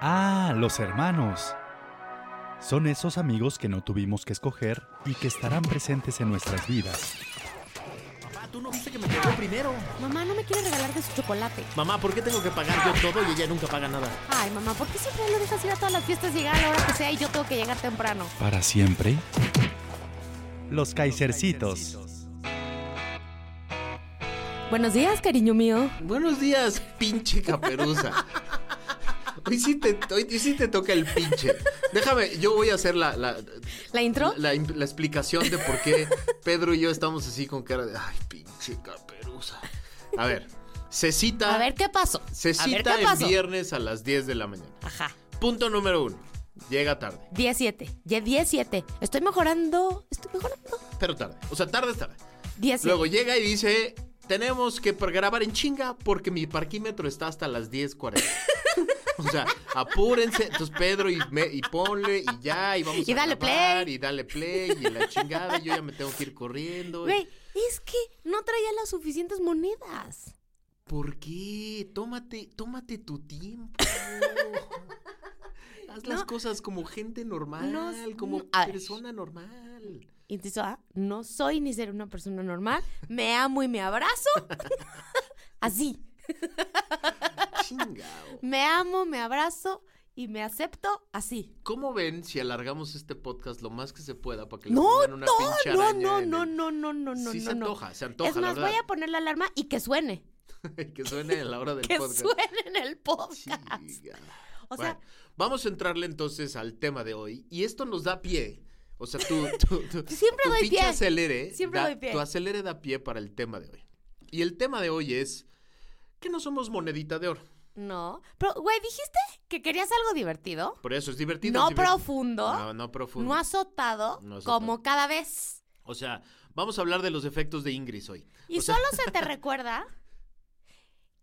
Ah, los hermanos. Son esos amigos que no tuvimos que escoger y que estarán presentes en nuestras vidas. Mamá, tú no viste que me tocó primero. Mamá no me quiere regalar de su chocolate. Mamá, ¿por qué tengo que pagar yo todo y ella nunca paga nada? Ay, mamá, ¿por qué siempre lo dejas ir a todas las fiestas y llegar a la hora que sea y yo tengo que llegar temprano? ¿Para siempre? Los Kaisercitos. Buenos días, cariño mío. Buenos días, pinche caperuza. Hoy sí te, hoy sí te toca el pinche. Déjame, yo voy a hacer la, la, ¿La intro? la, imp- la explicación de por qué Pedro y yo estamos así con cara de, ay, pinche caperuza. A ver, se cita, A ver qué pasó. se a ver cita qué el pasó. viernes a las 10 de la mañana. Ajá. Punto número uno, llega tarde, 17. Ya 17. Estoy mejorando. Estoy mejorando. pero tarde, o sea, tarde es tarde. 17. Luego llega y dice, tenemos que par- grabar en chinga porque mi parquímetro está hasta las 10.40. O sea, apúrense. Entonces Pedro y, me- y ponle y ya, y vamos Y a dale grabar, play. Y dale play y la chingada, y yo ya me tengo que ir corriendo. Güey, es que no traía las suficientes monedas. ¿Por qué? Tómate, tómate tu tiempo. Haz las No. cosas como gente normal, No s- como no, a ver. persona normal. Y te "Ah, no soy ni ser una persona normal. Me amo y me abrazo. Así. Chingao. Me amo, me abrazo y me acepto así. ¿Cómo ven si alargamos este podcast lo más que se pueda para que le No, pongan no, una pinche no, araña no, en no, el- no, no, no, no, Sí no, se no. antoja, se antoja, Es más, la verdad. voy a poner la alarma y que suene. que suene a la hora del Que podcast. suene en el podcast. Chinga. O sea, Bueno, vamos a entrarle entonces al tema de hoy. Y esto nos da pie. O sea, tú, tú, tú- Siempre tu doy pinche pie. acelere. Siempre da- doy pie. Tu acelere da pie para el tema de hoy. Y el tema de hoy es que no somos monedita de oro. no. Pero, güey, dijiste que querías algo divertido. Por eso es divertido. no es divertido. profundo. No, no profundo. no azotado, No azotado. como cada vez. O sea, vamos a hablar de los efectos de Ingris hoy. Y O sea- solo se te recuerda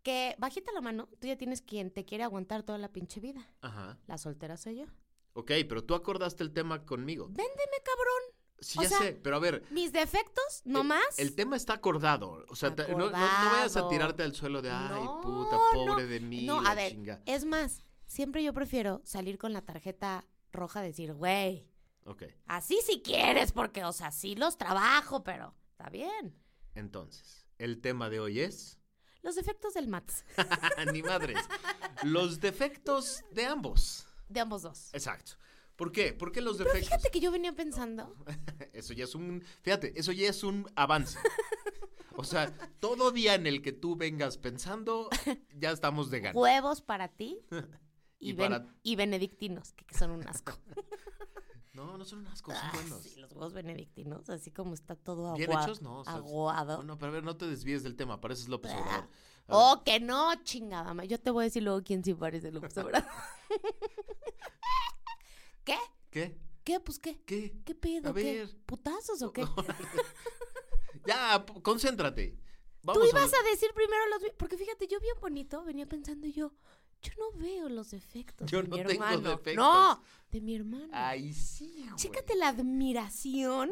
que, bajita la mano, tú ya tienes quien te quiere aguantar toda la pinche vida. Ajá. La soltera soy yo. Ok, pero tú acordaste el tema conmigo. Véndeme, cabrón. Sí, O ya sea, sé, pero a ver. Mis defectos, no el- más. El tema está acordado. O sea, te- no, no- no vayas a Acordado. tirarte al suelo de, ay, No, puta, pobre no, de mí. No, la a ver, chinga". es más, siempre yo prefiero salir con la tarjeta roja, decir, güey, Ok, así si quieres, porque, o sea, sí los trabajo, pero está bien. entonces, el tema de hoy es... Los efectos del Mats, Ni madres. Los defectos de ambos. de ambos dos. Exacto. ¿Por qué? ¿Por qué los Pero defectos? fíjate que yo venía pensando, Eso ya es un... Fíjate, eso ya es un avance. O sea, todo día en el que tú vengas pensando, ya estamos de gana. huevos para ti y, Y ben- para- y benedictinos, que, que son un asco. No, no son unas cosas Ah, buenas. sí, los huevos benedictinos, así como está todo Bien agua- hechos, no. o sea, aguado. No, no, pero a ver, no te desvíes del tema, pareces López Blah. Obrador. A ver, Oh, que no, chingada. madre. Yo te voy a decir luego quién sí parece López Obrador. ¿Qué? ¿Qué? ¿Qué? Pues qué. ¿Qué? ¿Qué pedo? A ¿Qué? ver. ¿Putazos o qué? Ya, p- concéntrate. Tú Vamos ibas a... a decir primero los... mi- Porque fíjate, yo bien bonito venía pensando yo, yo no veo los defectos Yo de no mi tengo hermano. defectos. No, de mi hermano. Ay, sí, güey. Chécate la admiración.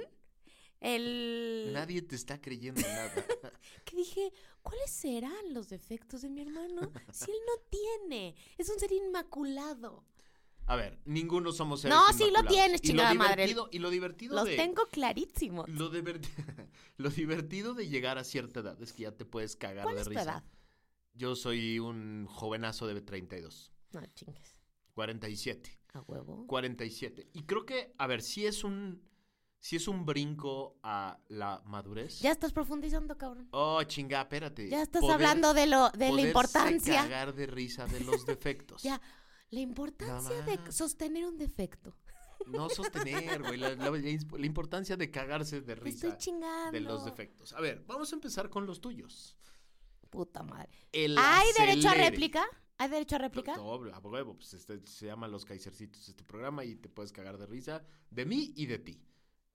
El... Nadie te está creyendo nada. Que dije, ¿cuáles serán los defectos de mi hermano? Si él no tiene. Es un ser inmaculado. A ver, ninguno somos seres No, sí lo inmaculados. tienes, Y lo chingada madre. divertido- Y lo divertido Los de... tengo clarísimos. Lo, diverti- lo divertido de llegar a cierta edad es que ya te puedes cagar ¿Cuál de es tu risa. edad? Yo soy un jovenazo de 32, No, chingues. 47, A huevo. 47. Y creo que, a ver, si es un, si es un brinco a la madurez. Ya estás profundizando, cabrón. Oh, chinga, espérate. Ya estás Poder- hablando de lo de la poderse importancia. cagar de risa de los defectos. Ya, la importancia de más. sostener un defecto. No sostener, güey. La, la- la ins- la importancia de cagarse Te de risa estoy chingando. de los defectos. A ver, vamos a empezar con los tuyos. Puta madre. El ¿Hay derecho a acelere. réplica? ¿Hay derecho a réplica? No, a huevo, pues este, se llama Los Kaisercitos este programa y te puedes cagar de risa de mí y de ti.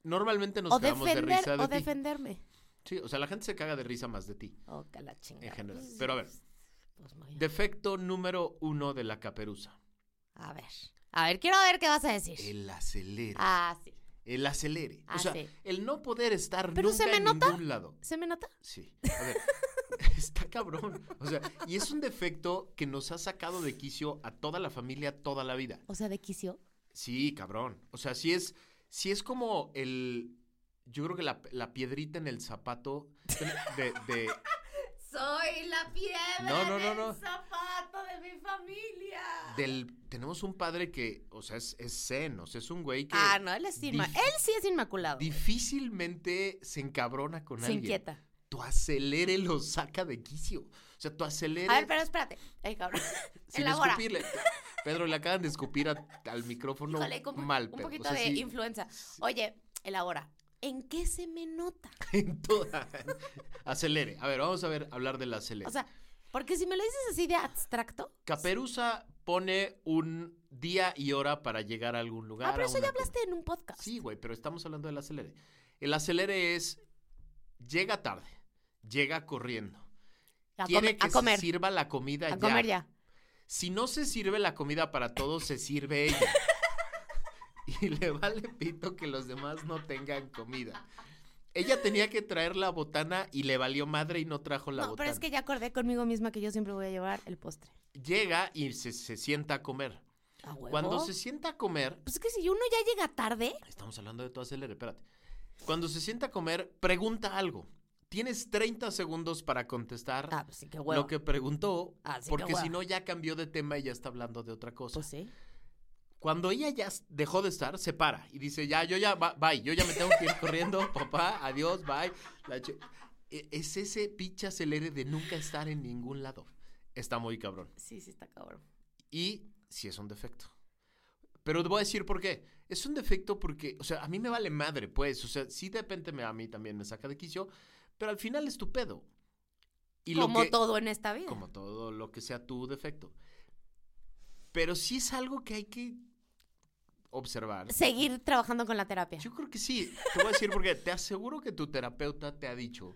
Normalmente nos o cagamos de defender, risa de o ti. defenderme. Sí, o sea, la gente se caga de risa más de ti. Oh, que la chingada. general. Pues, Pero a ver. pues, muy bien. Defecto número uno de la caperuza. A ver. A ver, quiero ver qué vas a decir. El acelere. Ah, sí. El acelere. Ah, o sea, sí. el no poder estar ¿Pero nunca se me en nota? ningún lado. ¿Se me nota? Sí. A ver. Está cabrón. O sea, y es un defecto que nos ha sacado de quicio a toda la familia toda la vida. O sea, de quicio. Sí, cabrón. O sea, sí es, sí es como el. Yo creo que la, la piedrita en el zapato de. de- Soy la piedra No, no, no, en el no. zapato de mi familia. del tenemos un padre que, o sea, es, es zen, o sea, es un güey que Ah, no, él es inma- dif- Él sí es inmaculado. güey. difícilmente se encabrona con Se alguien. inquieta. Tu acelere lo saca de quicio. O sea, tu acelere. A ver, pero espérate. Ay, cabrón. sin elabora. escupirle. Pedro, le acaban de escupir a- al micrófono Híjole, con un- mal. un Pedro. O poquito sea, de sí, influenza. Oye, elabora. ¿En qué se me nota? en toda- Acelere. A ver, vamos a ver, hablar del acelere. O sea, porque si me lo dices así de abstracto. ah, Caperuza pone un día y hora para llegar a algún lugar. Ah, pero a eso una ya hablaste en un cuna. podcast. Sí, güey, pero estamos hablando del acelere. El acelere es llega tarde, llega corriendo. A, come- quiere que a comer. se sirva la comida a ya. comer ya. Si no se sirve la comida para todos, se sirve ella. y le vale pito que los demás no tengan comida. Ella tenía que traer la botana y le valió madre y no trajo la no, botana. pero es que ya acordé conmigo misma que yo siempre voy a llevar el postre. Llega y se, se sienta a comer. ¿A huevo? Cuando se sienta a comer, Pues es que si uno ya llega tarde, Estamos hablando de todo acelere, espérate. Cuando se sienta a comer, pregunta algo. Tienes 30 segundos para contestar ah, pues sí, qué huevo. lo que preguntó, Ah, sí, qué porque hueva. si no ya cambió de tema y ya está hablando de otra cosa. Pues sí. Cuando ella ya s- dejó de estar, se para y dice, ya, yo ya, ba- bye, yo ya me tengo que ir corriendo, papá, adiós, bye. La ch- E- es ese pinche acelere de nunca estar en ningún lado. Está muy cabrón. Sí, sí, está cabrón. Y sí es un defecto. Pero te voy a decir por qué. Es un defecto porque, o sea, a mí me vale madre, pues. O sea, sí de repente me- a mí también me saca de quicio, pero al final es tu pedo. Y lo como que- todo en esta vida. Como todo lo que sea tu defecto. Pero sí es algo que hay que observar. Seguir trabajando con la terapia. Yo creo que sí. Te voy a decir porque te aseguro que tu terapeuta te ha dicho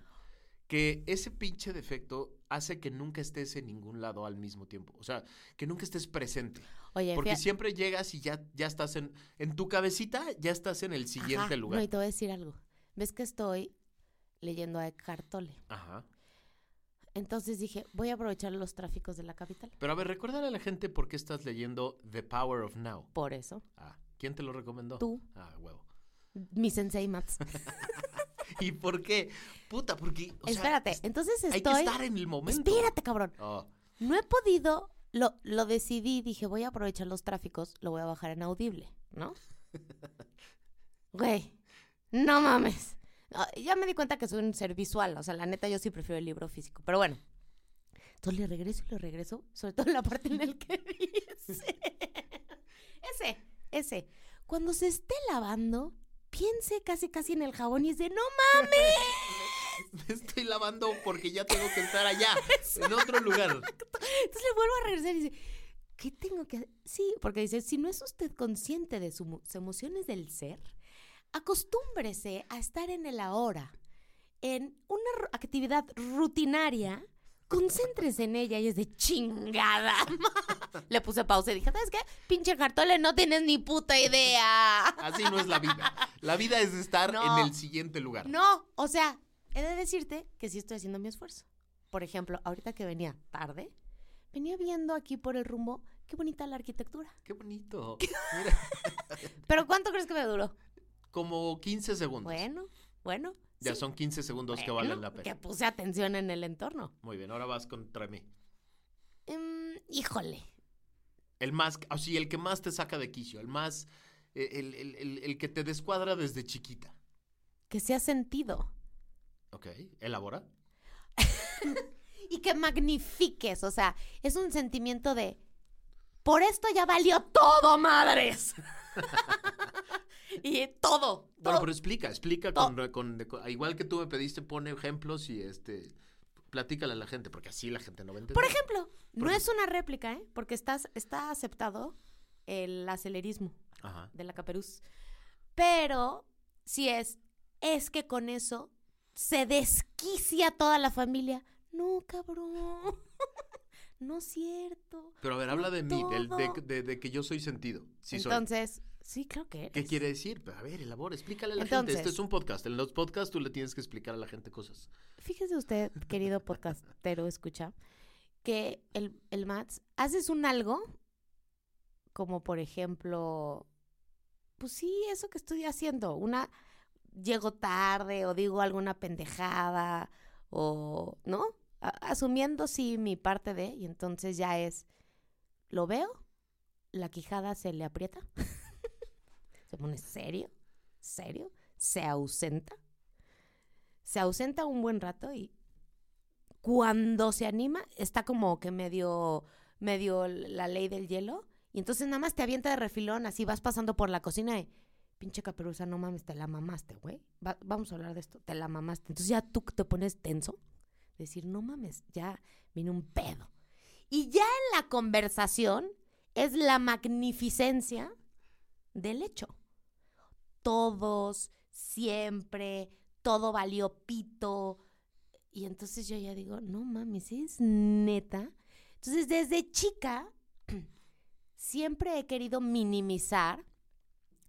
que ese pinche defecto hace que nunca estés en ningún lado al mismo tiempo. O sea, que nunca estés presente. Oye, Porque fía- siempre llegas y ya, ya estás en, en tu cabecita, ya estás en el siguiente Ajá, lugar. No, y te voy a decir algo. Ves que estoy leyendo a Eckhart Tolle. Ajá. Entonces dije, voy a aprovechar los tráficos de la capital. Pero a ver, recuérdale a la gente por qué estás leyendo The Power of Now. Por eso, Ah, ¿quién te lo recomendó? Tú. Ah, huevo. mi sensei Mats. ¿Y por qué? Puta, porque. o sea, Espérate, es- entonces hay estoy... que estar en el momento. Espérate, cabrón. Oh, No he podido, lo, lo decidí, dije, voy a aprovechar los tráficos, lo voy a bajar en audible, ¿no? Güey, no mames. Ah, Ya me di cuenta que soy un ser visual, o sea, la neta yo sí prefiero el libro físico, pero bueno. Entonces le regreso y le regreso, sobre todo la parte en la que dice. Ese, ese. Cuando se esté lavando, piense casi casi en el jabón y dice, no mames. me estoy lavando porque ya tengo que estar allá, en otro lugar. Entonces le vuelvo a regresar y dice, ¿qué tengo que hacer? Sí, porque dice, si no es usted consciente de sus mo- emociones del ser, acostúmbrese a estar en el ahora, en una ru- actividad rutinaria, concéntrese en ella y es de chingada. ma". le puse pausa y dije, ¿sabes qué? Pinche cartole, no tienes ni puta idea. Así no es la vida. La vida es estar No. en el siguiente lugar. No, o sea, he de decirte que sí estoy haciendo mi esfuerzo. Por ejemplo, ahorita que venía tarde, venía viendo aquí por el rumbo qué bonita la arquitectura. Qué bonito. Mira, Pero ¿cuánto crees que me duró? como 15 segundos. Bueno, bueno. Ya sí, son 15 segundos que bueno, valen la pena. Que puse atención en el entorno. Muy bien, ahora vas contra mí. Mm, híjole. El más, o sí, el que más te saca de quicio, el más, e, el, el- el- el que te descuadra desde chiquita. Que se ha sentido. Ok, elabora. Y que magnifiques. O sea, es un sentimiento de. Por esto ya valió todo, madres. y todo. Bueno, todo. pero explica, explica, con, con- con- igual que tú me pediste, pone ejemplos y este, Platícale a la gente, porque así la gente no va a entender. Por ejemplo, no Por es una réplica, ¿eh? Porque estás, está aceptado el acelerismo Ajá. de la caperuz. Pero si es, es que con eso se desquicia toda la familia. No, cabrón. no es cierto. Pero a ver, habla de mí, del- de, Todo. de- de que yo soy sentido. Sí soy. Entonces, sí, creo que eres. ¿Qué quiere decir? Pues, A ver, elabora, explícale a la Entonces- gente. Este es un podcast. En los podcasts tú le tienes que explicar a la gente cosas. Fíjese usted, querido podcastero, escucha, que el, el Mats, haces un algo, como por ejemplo, pues sí, eso que estoy haciendo, una, llego tarde o digo alguna pendejada o, ¿no? A- Asumiendo sí mi parte de, y entonces ya es, lo veo, la quijada se le aprieta, se pone serio, serio, se ausenta se ausenta un buen rato y cuando se anima está como que medio medio la ley del hielo y entonces nada más te avienta de refilón así vas pasando por la cocina y pinche caperuza no mames te la mamaste güey Va- vamos a hablar de esto te la mamaste entonces ya tú te pones tenso decir no mames ya vino un pedo y ya en la conversación es la magnificencia del hecho todos siempre todo valió pito. Y entonces yo ya digo, no mames, es neta. Entonces desde chica siempre he querido minimizar,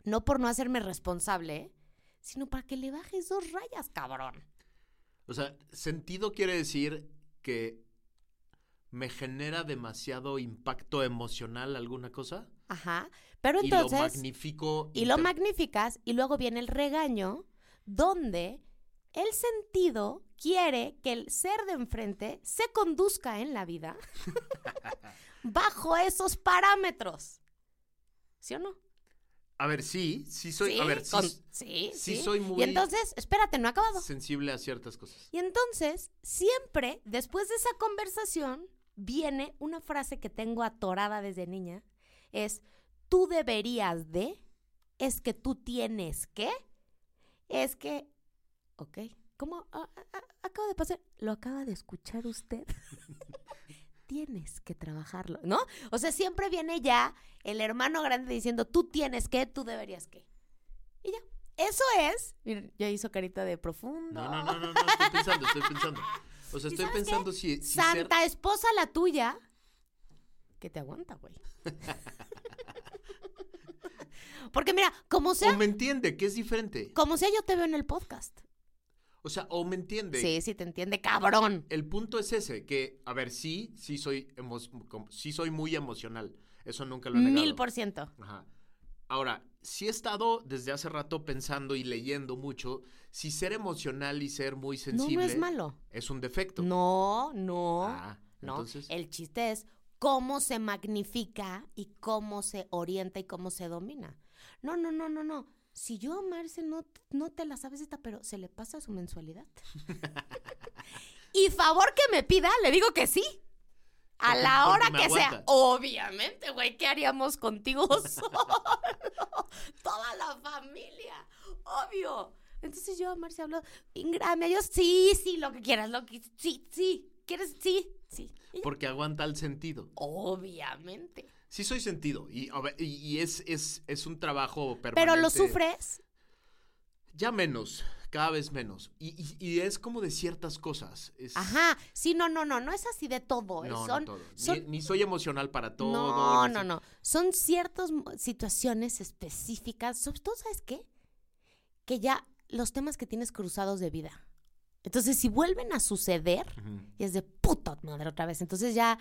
no por no hacerme responsable, sino para que le bajes dos rayas, cabrón. O sea, sentido quiere decir que me genera demasiado impacto emocional alguna cosa Ajá. Pero y lo entonces... magnifico. Y lo inter- magnificas y luego viene el regaño, donde el sentido quiere que el ser de enfrente se conduzca en la vida bajo esos parámetros. ¿Sí o no? A ver, sí, sí soy. a ver, sí, con- sí, sí sí. soy Y muy- entonces, espérate, no he acabado. sensible a ciertas cosas. Y entonces, siempre después de esa conversación, viene una frase que tengo atorada desde niña. Es, tú deberías de, es que tú tienes que, es que, ok, ¿cómo? A- a- a- acaba de pasar, lo acaba de escuchar usted. tienes que trabajarlo, ¿no? O sea, siempre viene ya el hermano grande diciendo, tú tienes que, tú deberías que. Y ya, eso es. Miren, ya hizo carita de profundo. No, no, no, no, no, estoy pensando, estoy pensando. O sea, ¿Y estoy sabes qué? pensando si, si ser- Santa esposa la tuya. Que te aguanta, güey. Porque mira, como sea, o me entiende, que es diferente. como sea, yo te veo en el podcast. O sea, o me entiende. Sí, sí, te entiende, cabrón. El punto es ese, que, a ver, sí, sí soy, emo- com- sí soy muy emocional. Eso nunca lo he negado. Mil por ciento. Ajá. Ahora, sí he estado desde hace rato pensando y leyendo mucho si ser emocional y ser muy No, no sensible es malo. es un defecto. No, no. Ah, no. entonces- El chiste es cómo se magnifica y cómo se orienta y cómo se domina. No, no, no, no, no. Si yo a Marce no, no te la sabes esta, pero se le pasa su mensualidad. y favor que me pida, le digo que sí. A Porque- la porque hora me que sea. aguanta. Obviamente, güey, ¿qué haríamos contigo solo? Toda la familia, obvio. Entonces yo a Marcia hablo, Ingram, yo sí, sí, lo que quieras, lo que sí, sí, quieres, sí, sí. Y ya. Porque aguanta el sentido. Obviamente. Sí soy sentido y, a ver, y- y es, es, es un trabajo permanente. Pero lo sufres. Ya menos, cada vez menos. Y, y- y es como de ciertas cosas. Es- Ajá. Sí, no, no, no, no es así de todo. ¿eh? No, son, no todo. Ni- son- Ni, soy emocional para todo. No, ni no, si- no. Son ciertas mo- situaciones específicas. Sobre todo, ¿sabes qué? Que ya los temas que tienes cruzados de vida. Entonces, si vuelven a suceder, Ujú. y es de puta madre otra vez. Entonces ya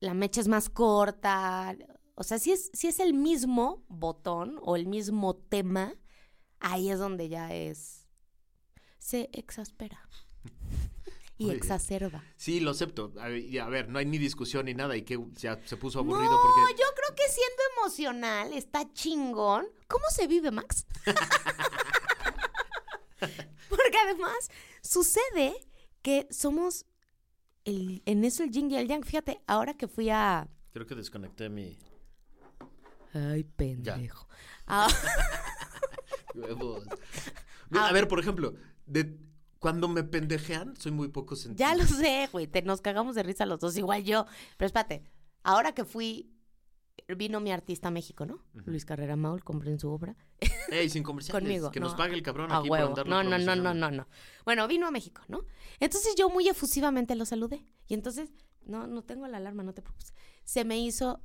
la mecha es más corta. O sea, si es, si es el mismo botón o el mismo tema, ahí es donde ya es. Se exaspera. y Oye, exacerba. Sí, lo acepto. A ver, y a ver, no hay ni discusión ni nada y que ya se puso aburrido no, porque... yo creo que siendo emocional está chingón. ¿Cómo se vive, Max? Porque además sucede que somos el- en eso el yin y el yang. Fíjate, ahora que fui a. Creo que desconecté mi Ay, pendejo. Ah, Ah. huevos. Mira, a ver, por ejemplo, de- Cuando me pendejean, soy muy poco sentido. Ya lo sé, güey. Te nos cagamos de risa los dos, igual yo. Pero espérate, ahora que fui, vino mi artista a México, ¿no? Ujú. Luis Carrera Maul, compré en su obra. Ey, sin comerciales. Conmigo, Que no. nos pague el cabrón A aquí huevo. por No, andarnos no, no, no, promocionando. no, no. Bueno, vino a México, ¿no? Entonces yo muy efusivamente lo saludé. Y entonces, no, no tengo la alarma, no te preocupes. Se me hizo,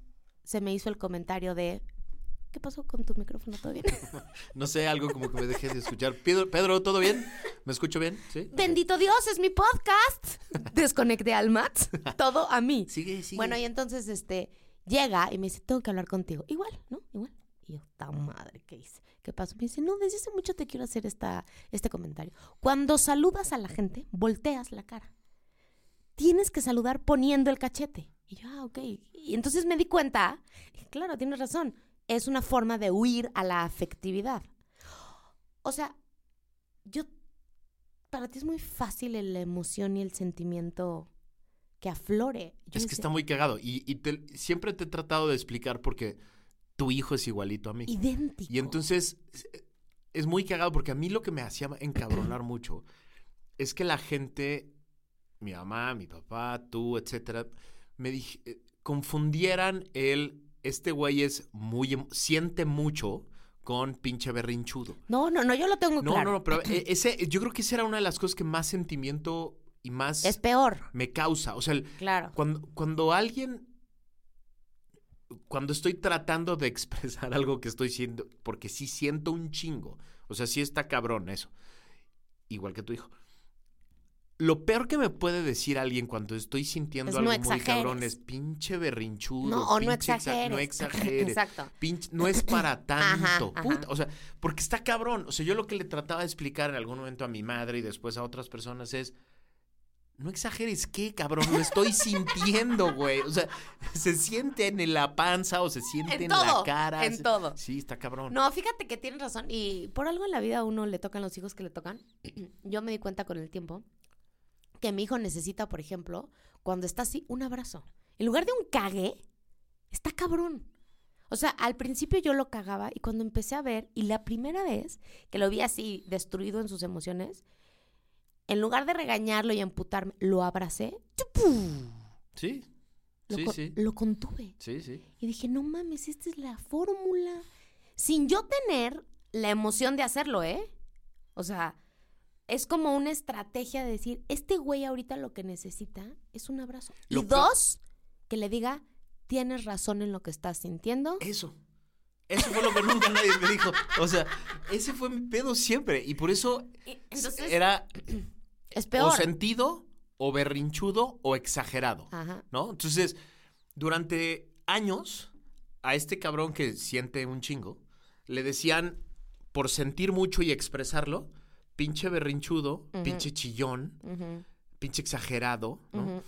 se me hizo el comentario de. ¿Qué pasó con tu micrófono? ¿Todo bien? No sé, algo como que me dejé de escuchar. Pedro, Pedro, ¿todo bien? ¿Me escucho bien? ¿Sí? ¡Bendito Dios, es mi podcast! Desconecté al Matt. Todo a mí. Sigue, sigue. Bueno, y entonces, este, llega y me dice, tengo que hablar contigo. Igual, ¿no? Igual. Y yo, ta madre, ¿qué hice? ¿Qué pasó? Me dice, no, desde hace mucho te quiero hacer esta, este comentario. Cuando saludas a la gente, volteas la cara. Tienes que saludar poniendo el cachete. Y yo, ah, ok. Y entonces me di cuenta, y claro, tienes razón, es una forma de huir a la afectividad. O sea, yo, para ti es muy fácil la emoción y el sentimiento que aflore. Yo Es que decía, está muy cagado. Y, y te- siempre te he tratado de explicar porque tu hijo es igualito a mí. idéntico. Y entonces es- eh, es muy cagado porque a mí lo que me hacía encabronar mucho es que la gente, mi mamá, mi papá, tú, etcétera, me dij- eh, confundieran el este güey es muy em- siente mucho con pinche berrinchudo. No, no, no, yo lo tengo No, Oh, claro. no, no, pero eh, ese yo creo que esa era una de las cosas que más sentimiento y más Es peor, me causa, o sea, el- claro. cuando, cuando alguien. Cuando estoy tratando de expresar algo que estoy siendo. Porque sí siento un chingo. O sea, sí está cabrón eso. Igual que tu hijo. Lo peor que me puede decir alguien cuando estoy sintiendo Es algo no muy cabrón exageres. es pinche berrinchudo. No, o no pinche exa- exageres. no exageres. Exacto. Pinche- no es para tanto. ajá. puta. O sea, porque está cabrón. O sea, yo lo que le trataba de explicar en algún momento a mi madre y después a otras personas es. No exageres qué, cabrón, lo estoy sintiendo, güey. O sea, se siente en la panza o se siente en, En todo, la cara. en todo. Sí, está cabrón. No, fíjate que tienes razón. Y por algo en la vida a uno le tocan los hijos que le tocan. Yo me di cuenta con el tiempo que mi hijo necesita, por ejemplo, cuando está así, un abrazo. En lugar de un cague, está cabrón. O sea, al principio yo lo cagaba y cuando empecé a ver, y la primera vez que lo vi así, destruido en sus emociones, en lugar de regañarlo y emputarme, lo abracé, ¡chupu! Sí, lo, sí, con- sí. lo contuve. Sí, sí. Y dije, no mames, esta es la fórmula. Sin yo tener la emoción de hacerlo, ¿eh? O sea, es como una estrategia de decir, este güey ahorita lo que necesita es un abrazo. Lo y pe- dos, que le diga, tienes razón en lo que estás sintiendo. Eso. Eso fue lo que nunca nadie me dijo. O sea, ese fue mi pedo siempre. Y por eso Y Entonces, era es peor. o sentido, o berrinchudo, o exagerado. Ajá. ¿no? Entonces, durante años, a este cabrón que siente un chingo, le decían, por sentir mucho y expresarlo, pinche berrinchudo, pinche chillón, Ujú, pinche exagerado, ¿no? ujú.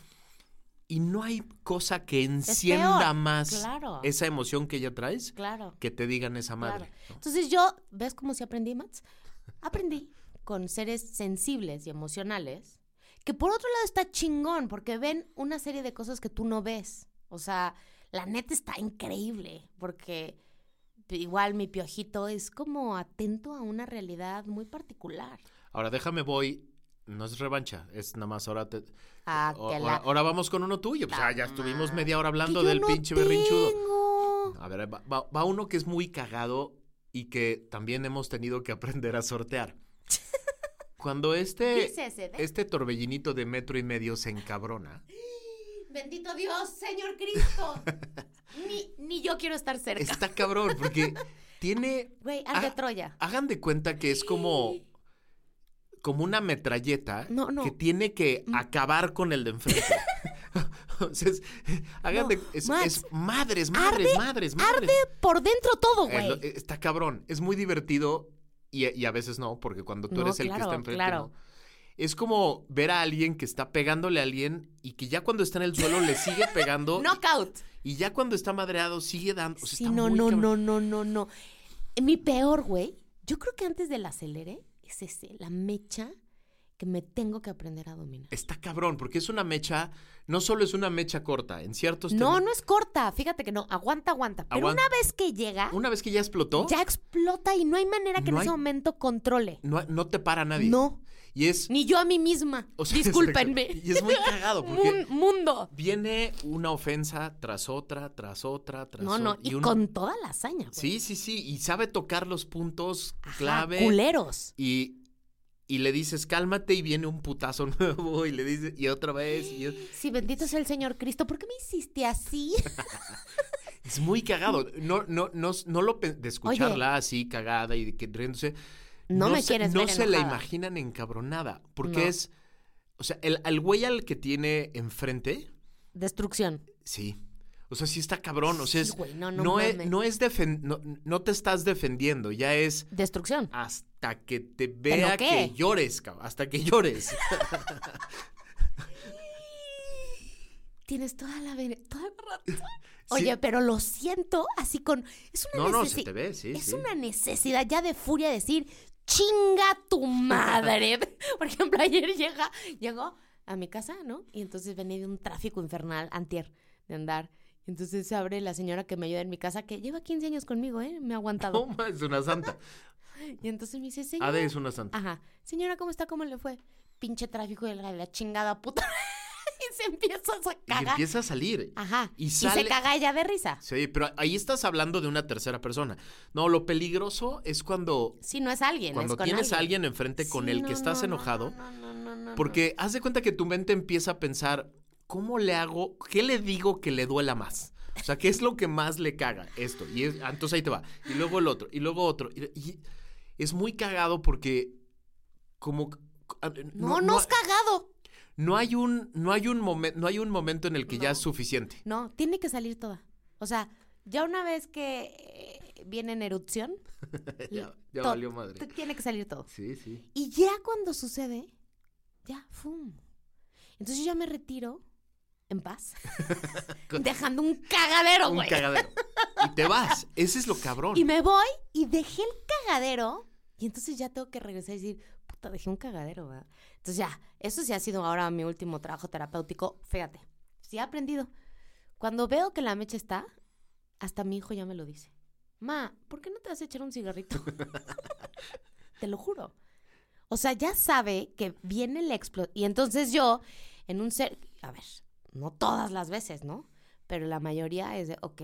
Y no hay cosa que encienda peor, más claro. esa emoción que ya traes Claro. que te digan esa madre. Claro. Entonces yo, ¿ves cómo sí aprendí, Mats? Aprendí con seres sensibles y emocionales, que por otro lado está chingón, porque ven una serie de cosas que tú no ves. O sea, la neta está increíble, porque igual mi piojito es como atento a una realidad muy particular. Ahora, déjame voy. No es revancha, es nada más ahora te- Ah, o- que ahora, la... ahora vamos con uno tuyo. Pues, La ah, ya estuvimos madre. media hora que hablando yo del no pinche berrinchudo. tengo. A ver, va, va- va uno que es muy cagado y que también hemos tenido que aprender a sortear. Cuando ¿Qué este, es ese? Ve. este torbellinito de metro y medio se encabrona, Bendito Dios, Señor Cristo. ni, ni yo quiero estar cerca. está cabrón porque tiene... Güey, haz de Ah, Troya. Hagan de cuenta que es como, como una metralleta No, no. Mm. que tiene que acabar con el de enfrente. Entonces, hagan No, de... Es, Max, es madres, madres, arde- madres, madres. Arde por dentro todo, Es lo- güey. eh, está cabrón. Es muy divertido y, y a veces no, porque cuando tú No, eres el que claro, está enfrente. claro. no. Es como ver a alguien que está pegándole a alguien y que ya cuando está en el suelo le sigue pegando Knockout. y ya cuando está madreado sigue dando. o sea, Sí, está no, muy no, cabrón. no, no, no, no. Mi peor, güey, yo creo que antes del acelere es ese, la mecha que me tengo que aprender a dominar. Está cabrón, porque es una mecha, no solo es una mecha corta, en ciertos No, temas- no es corta, fíjate que no, aguanta, aguanta. Pero Aguanta. una vez que llega, Una vez que ya explotó, ya explota y no hay manera que No en ese hay- momento controle. No, no te para nadie. No, Y es. ni yo a mí misma. o sea, Discúlpenme. exacto. Y es muy cagado porque Mun- mundo. viene una ofensa tras otra, tras otra, tras No, no, otra. y, un- con toda la hazaña. güey. Sí, sí, sí. Y sabe tocar los puntos Ajá, clave. Culeros. y, y le dices cálmate y viene un putazo nuevo y le dices y otra vez y es, Sí, bendito sea el Señor Cristo. ¿Por qué me hiciste así? es muy cagado no no no no lo pe- de escucharla así cagada y de que riéndose No, me se, quieres no ver se la enojada. imaginan encabronada porque No. es o sea el al güey al que tiene enfrente Destrucción. sí o sea sí está cabrón o sea Sí, es, güey, no, no es mames. no es defen- no, no te estás defendiendo ya es Destrucción. hasta que te vea noquee. que llores cabrón, hasta que llores Tienes toda la... vene- toda la razón. Sí. Oye, pero lo siento así con... Es una no no necesi- se te ve sí Es sí. una necesidad ya de furia decir, chinga tu madre. Por ejemplo, ayer llega, llegó a mi casa, ¿no? Y entonces venía de un tráfico infernal, antier, de andar. Y entonces se abre la señora que me ayuda en mi casa, que lleva 15 años conmigo, ¿eh? Me ha aguantado. Toma, es una santa. Y entonces me dice, señora. Ade es una santa. Ajá. Señora, ¿cómo está? ¿Cómo le fue? Pinche tráfico de la, la chingada puta. y se empieza a Y cagar. empieza a salir. Ajá. y Y, sale- se caga ella de risa. Sí, pero ahí estás hablando de una tercera persona. No, lo peligroso es cuando, Si no es alguien, cuando es con tienes a alguien enfrente con Sí, el no, que estás no, no, enojado. no, no, no, no, no. Porque haz de cuenta que tu mente empieza a pensar, ¿cómo le hago? ¿Qué le digo que le duela más? O sea, ¿qué es lo que más le caga esto? Y es- ah, entonces ahí te va. Y luego el otro, y luego otro. Y, y es muy cagado porque como... ah, No, no, has cagado. no hay un no hay un momento no hay un momento en el que ya es suficiente No, tiene que salir toda. O sea, ya una vez que eh, viene en erupción, ya, ya to- valió madre. t- tiene que salir todo. Sí, sí. Y ya cuando sucede, ya, ¡fum! Entonces yo ya me retiro en paz, dejando un cagadero, Un güey. cagadero. Y te vas. Ese es lo cabrón. Y me voy y dejé el cagadero. Y entonces ya tengo que regresar y decir, puta, dejé un cagadero, ¿verdad? Entonces ya, eso sí ha sido ahora mi último trabajo terapéutico. Fíjate, sí he aprendido. Cuando veo que la mecha está, hasta mi hijo ya me lo dice. Ma, ¿por qué no te vas a echar un cigarrito? te lo juro. O sea, ya sabe que viene la explosión. Y entonces yo, en un ser... A ver, no todas las veces, ¿no? Pero la mayoría es de, ok,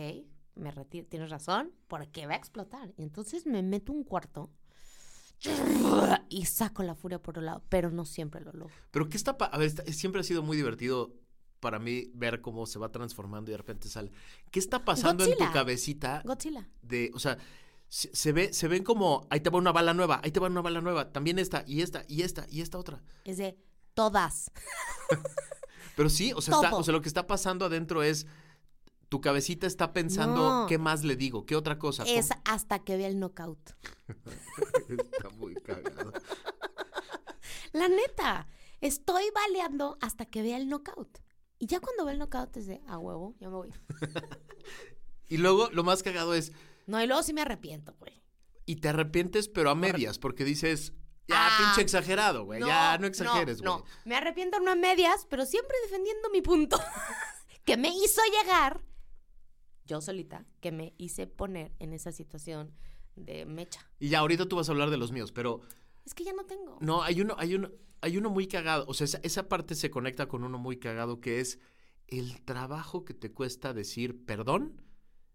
me retiro, tienes razón, porque va a explotar. Y entonces me meto un cuarto y saco la furia por un lado, pero no siempre lo logro. Pero qué está pa- a ver, está- siempre ha sido muy divertido para mí ver cómo se va transformando y de repente sale. ¿Qué está pasando en tu Godzilla. cabecita Godzilla. de, o sea, se, se ve se ven como ahí te va una bala nueva, ahí te va una bala nueva, también esta y esta y esta y esta otra. Es de todas. Pero sí, o sea, está- Todo. o sea, lo que está pasando adentro es tu cabecita está pensando No. qué más le digo, qué otra cosa. Ah, ¿Cómo- Es hasta que vea el knockout. Está muy cagado. La neta, estoy baleando hasta que vea el knockout. Y ya cuando ve el knockout es de, a huevo, ya me voy. Y luego lo más cagado es, No, y luego sí me arrepiento, güey. y te arrepientes, pero a medias, porque dices, ya, pinche exagerado, güey, ya, no exageres, güey. Ah, No, me arrepiento no a medias, pero siempre defendiendo mi punto. que me hizo llegar, yo solita, que me hice poner en esa situación de mecha. Y ya, ahorita tú vas a hablar de los míos, pero Es que ya no tengo. no, hay uno, hay uno, hay uno muy cagado, o sea, esa, esa parte se conecta con uno muy cagado que es el trabajo que te cuesta decir perdón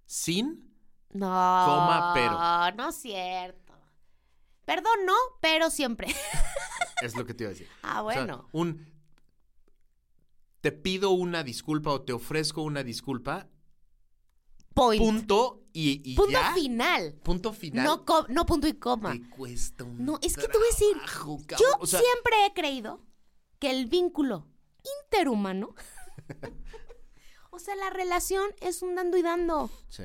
sin, No. Coma, pero. No es cierto. Perdón, no, pero siempre. es lo que te iba a decir. ah, O sea, bueno. un, te pido una disculpa o te ofrezco una disculpa, Point. punto, y, y punto ya. final. Punto final. No, co- no punto y coma. Te cuesta un No, es que te voy a decir, trabajo, Yo cabrón. O sea, siempre he creído que el vínculo interhumano, o sea, la relación es un dando y dando. sí.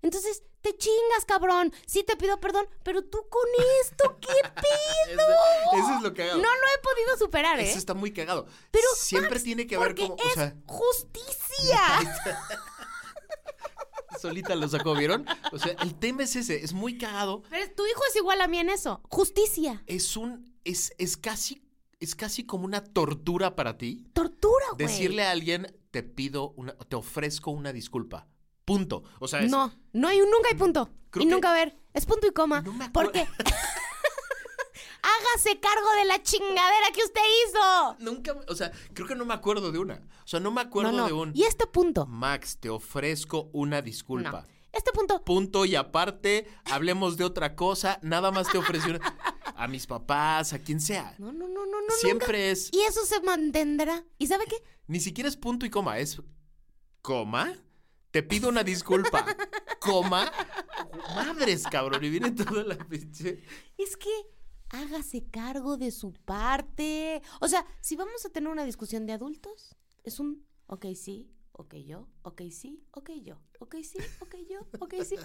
Entonces, te chingas, cabrón. Sí te pido perdón, pero tú con esto, ¿qué Ese- pedo? Eso es lo No cagado. lo he podido superar, ¿eh? Eso está muy cagado. Pero, siempre Max, tiene que haber porque como, o es sea, justicia. solita lo sacó, ¿vieron? O sea, el tema es ese, es muy cagado. pero tu hijo es igual a mí en eso. Justicia. Es un es es casi es casi como una tortura para ti Tortura, güey. decirle a alguien, te pido, una, te ofrezco una disculpa. Punto. O sea, es- No, no hay un nunca hay punto. Creo y que- nunca va a haber. Es punto y coma. No me acuer- porque hágase cargo de la chingadera que usted hizo. Nunca, o sea, creo que no me acuerdo de una. O sea, no me acuerdo no, no. de un. Y este punto. Max, te ofrezco una disculpa. No. Este punto. Punto y aparte, hablemos de otra cosa. Nada más te ofrecí una- a mis papás, a quien sea. No, no, no, no, no. Siempre nunca. es. Y eso se mantendrá. ¿Y sabe qué? Ni siquiera es punto y coma, es coma. Te pido una disculpa. Coma. Madres, cabrón. Y viene toda la pinche. Es que hágase cargo de su parte. O sea, si vamos a tener una discusión de adultos, es un ok sí, ok yo, ok sí, ok yo, ok sí, ok yo, ok sí.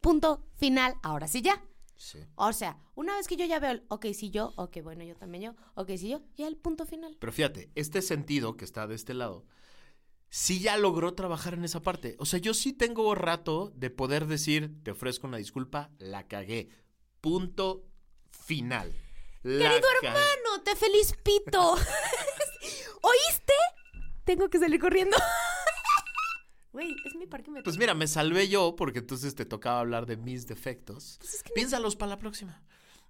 Punto final, ahora sí ya. Sí. O sea, una vez que yo ya veo el ok sí yo, ok bueno yo también yo, ok sí yo, ya el punto final. Pero fíjate, este sentido que está de este lado, sí ya logró trabajar en esa parte. O sea, yo sí tengo rato de poder decir, te ofrezco una disculpa, la cagué. Punto final. La Querido ca- hermano, te feliz pito. ¿Oíste? Tengo que salir corriendo. Güey, es mi parque Pues mira, me salvé yo porque entonces te tocaba hablar de mis defectos. Pues es que no- Piénsalos para la próxima.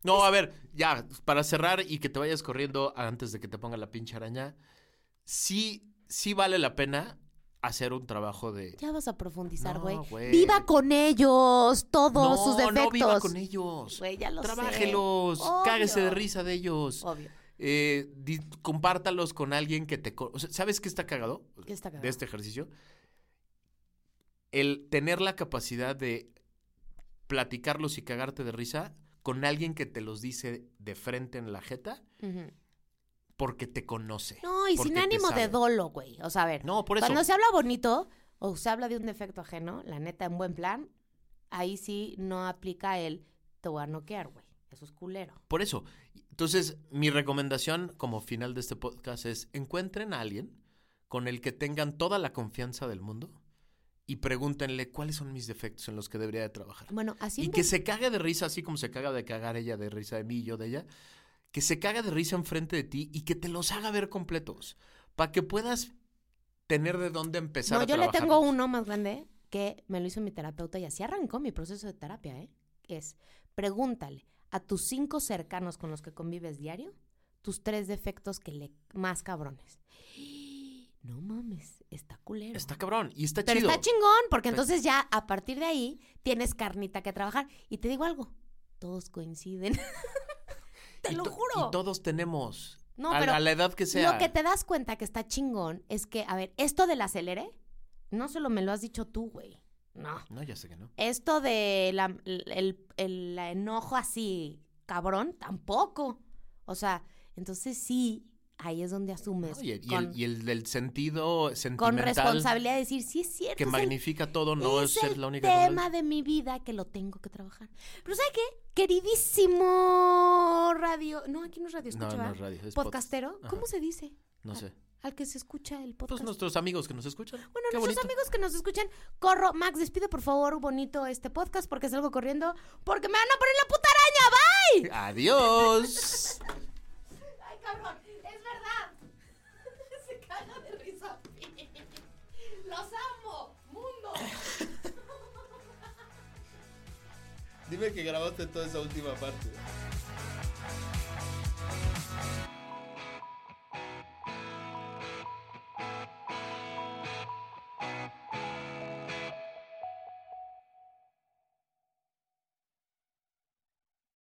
No, a ver, ya, para cerrar y que te vayas corriendo antes de que te ponga la pinche araña, sí, sí vale la pena hacer un trabajo de... Ya vas a profundizar, No, güey. güey. Viva con ellos, todos no, sus defectos. no viva con ellos. Güey, ya lo sé. Trabájelos, cáguese de Obvio. risa de ellos. Obvio. Eh, di- compártalos con alguien que te... co- o sea, ¿Sabes qué está cagado? ¿Qué está cagado? De este ejercicio. El tener la capacidad de platicarlos y cagarte de risa con alguien que te los dice de frente en la jeta Ujú. porque te conoce. No, y porque sin te ánimo de sabe. dolo, güey. O sea, a ver. No, por eso. cuando se habla bonito o se habla de un defecto ajeno, la neta, en buen plan, ahí sí no aplica el te voy a noquear, güey. Eso es culero. Por eso. Entonces, mi recomendación como final de este podcast es encuentren a alguien con el que tengan toda la confianza del mundo y pregúntenle cuáles son mis defectos en los que debería de trabajar. Bueno, así Y en que vez- se cague de risa, así como se caga de cagar ella de risa de mí y yo de ella. Que se caga de risa enfrente de ti y que te los haga ver completos. Para que puedas tener de dónde empezar No, a yo le trabajar. tengo uno más grande que me lo hizo mi terapeuta y así arrancó mi proceso de terapia, ¿eh? Es, pregúntale a tus cinco cercanos con los que convives diario tus tres defectos que le más cabrones. No mames, está culero. Está cabrón y está Pero chido. está chingón, porque entonces ya a partir de ahí tienes carnita que trabajar. Y te digo algo, todos coinciden. te Y lo to- juro. Y todos tenemos. No, a, pero a la edad que sea. Lo que te das cuenta que está chingón es que, a ver, esto del acelere, no solo me lo has dicho tú, güey. No. No, ya sé que no. Esto de la, el, el- la enojo así, cabrón, tampoco. O sea, entonces sí, ahí es donde asumes. No, y, el- y Pues con, el, y el del sentido con sentimental responsabilidad de decir, sí es cierto. que es el magnifica todo, no es, es ser el la única. que lo tema de mi vida que lo tengo que trabajar. Pero ¿sabe qué? Queridísimo radio... No, aquí no es radio, es. escucha, No, no ¿verdad? es radio, es podcast. ¿Podcastero? Ajá. ¿Cómo se dice? No sé. Al que se escucha el podcast. Pues nuestros amigos que nos escuchan. Ah, Bueno, Qué nuestros bonito. amigos que nos escuchan, corro. Max, despide por favor bonito este podcast porque salgo corriendo porque me van a poner la puta araña. ¡Bye! Adiós. Ay, cabrón, es verdad. Se caga de risa. Los amo, mundo. Dime que grabaste toda esa última parte.